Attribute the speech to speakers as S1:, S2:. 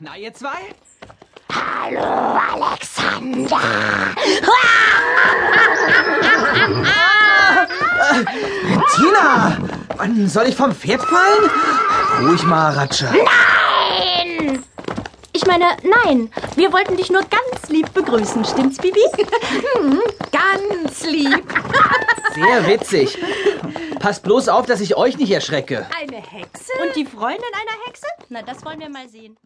S1: Na, ihr zwei?
S2: Hallo, Alexander.
S3: Tina! Wann soll ich vom Pferd fallen? Ruhig mal, Ratsche.
S2: Nein!
S4: Ich meine, nein. Wir wollten dich nur ganz lieb begrüßen, stimmt's, Bibi?
S2: Hm, ganz lieb.
S3: Sehr witzig. Passt bloß auf, dass ich euch nicht erschrecke.
S2: Eine Hexe?
S4: Und die Freundin einer Hexe? Na, das wollen wir mal sehen.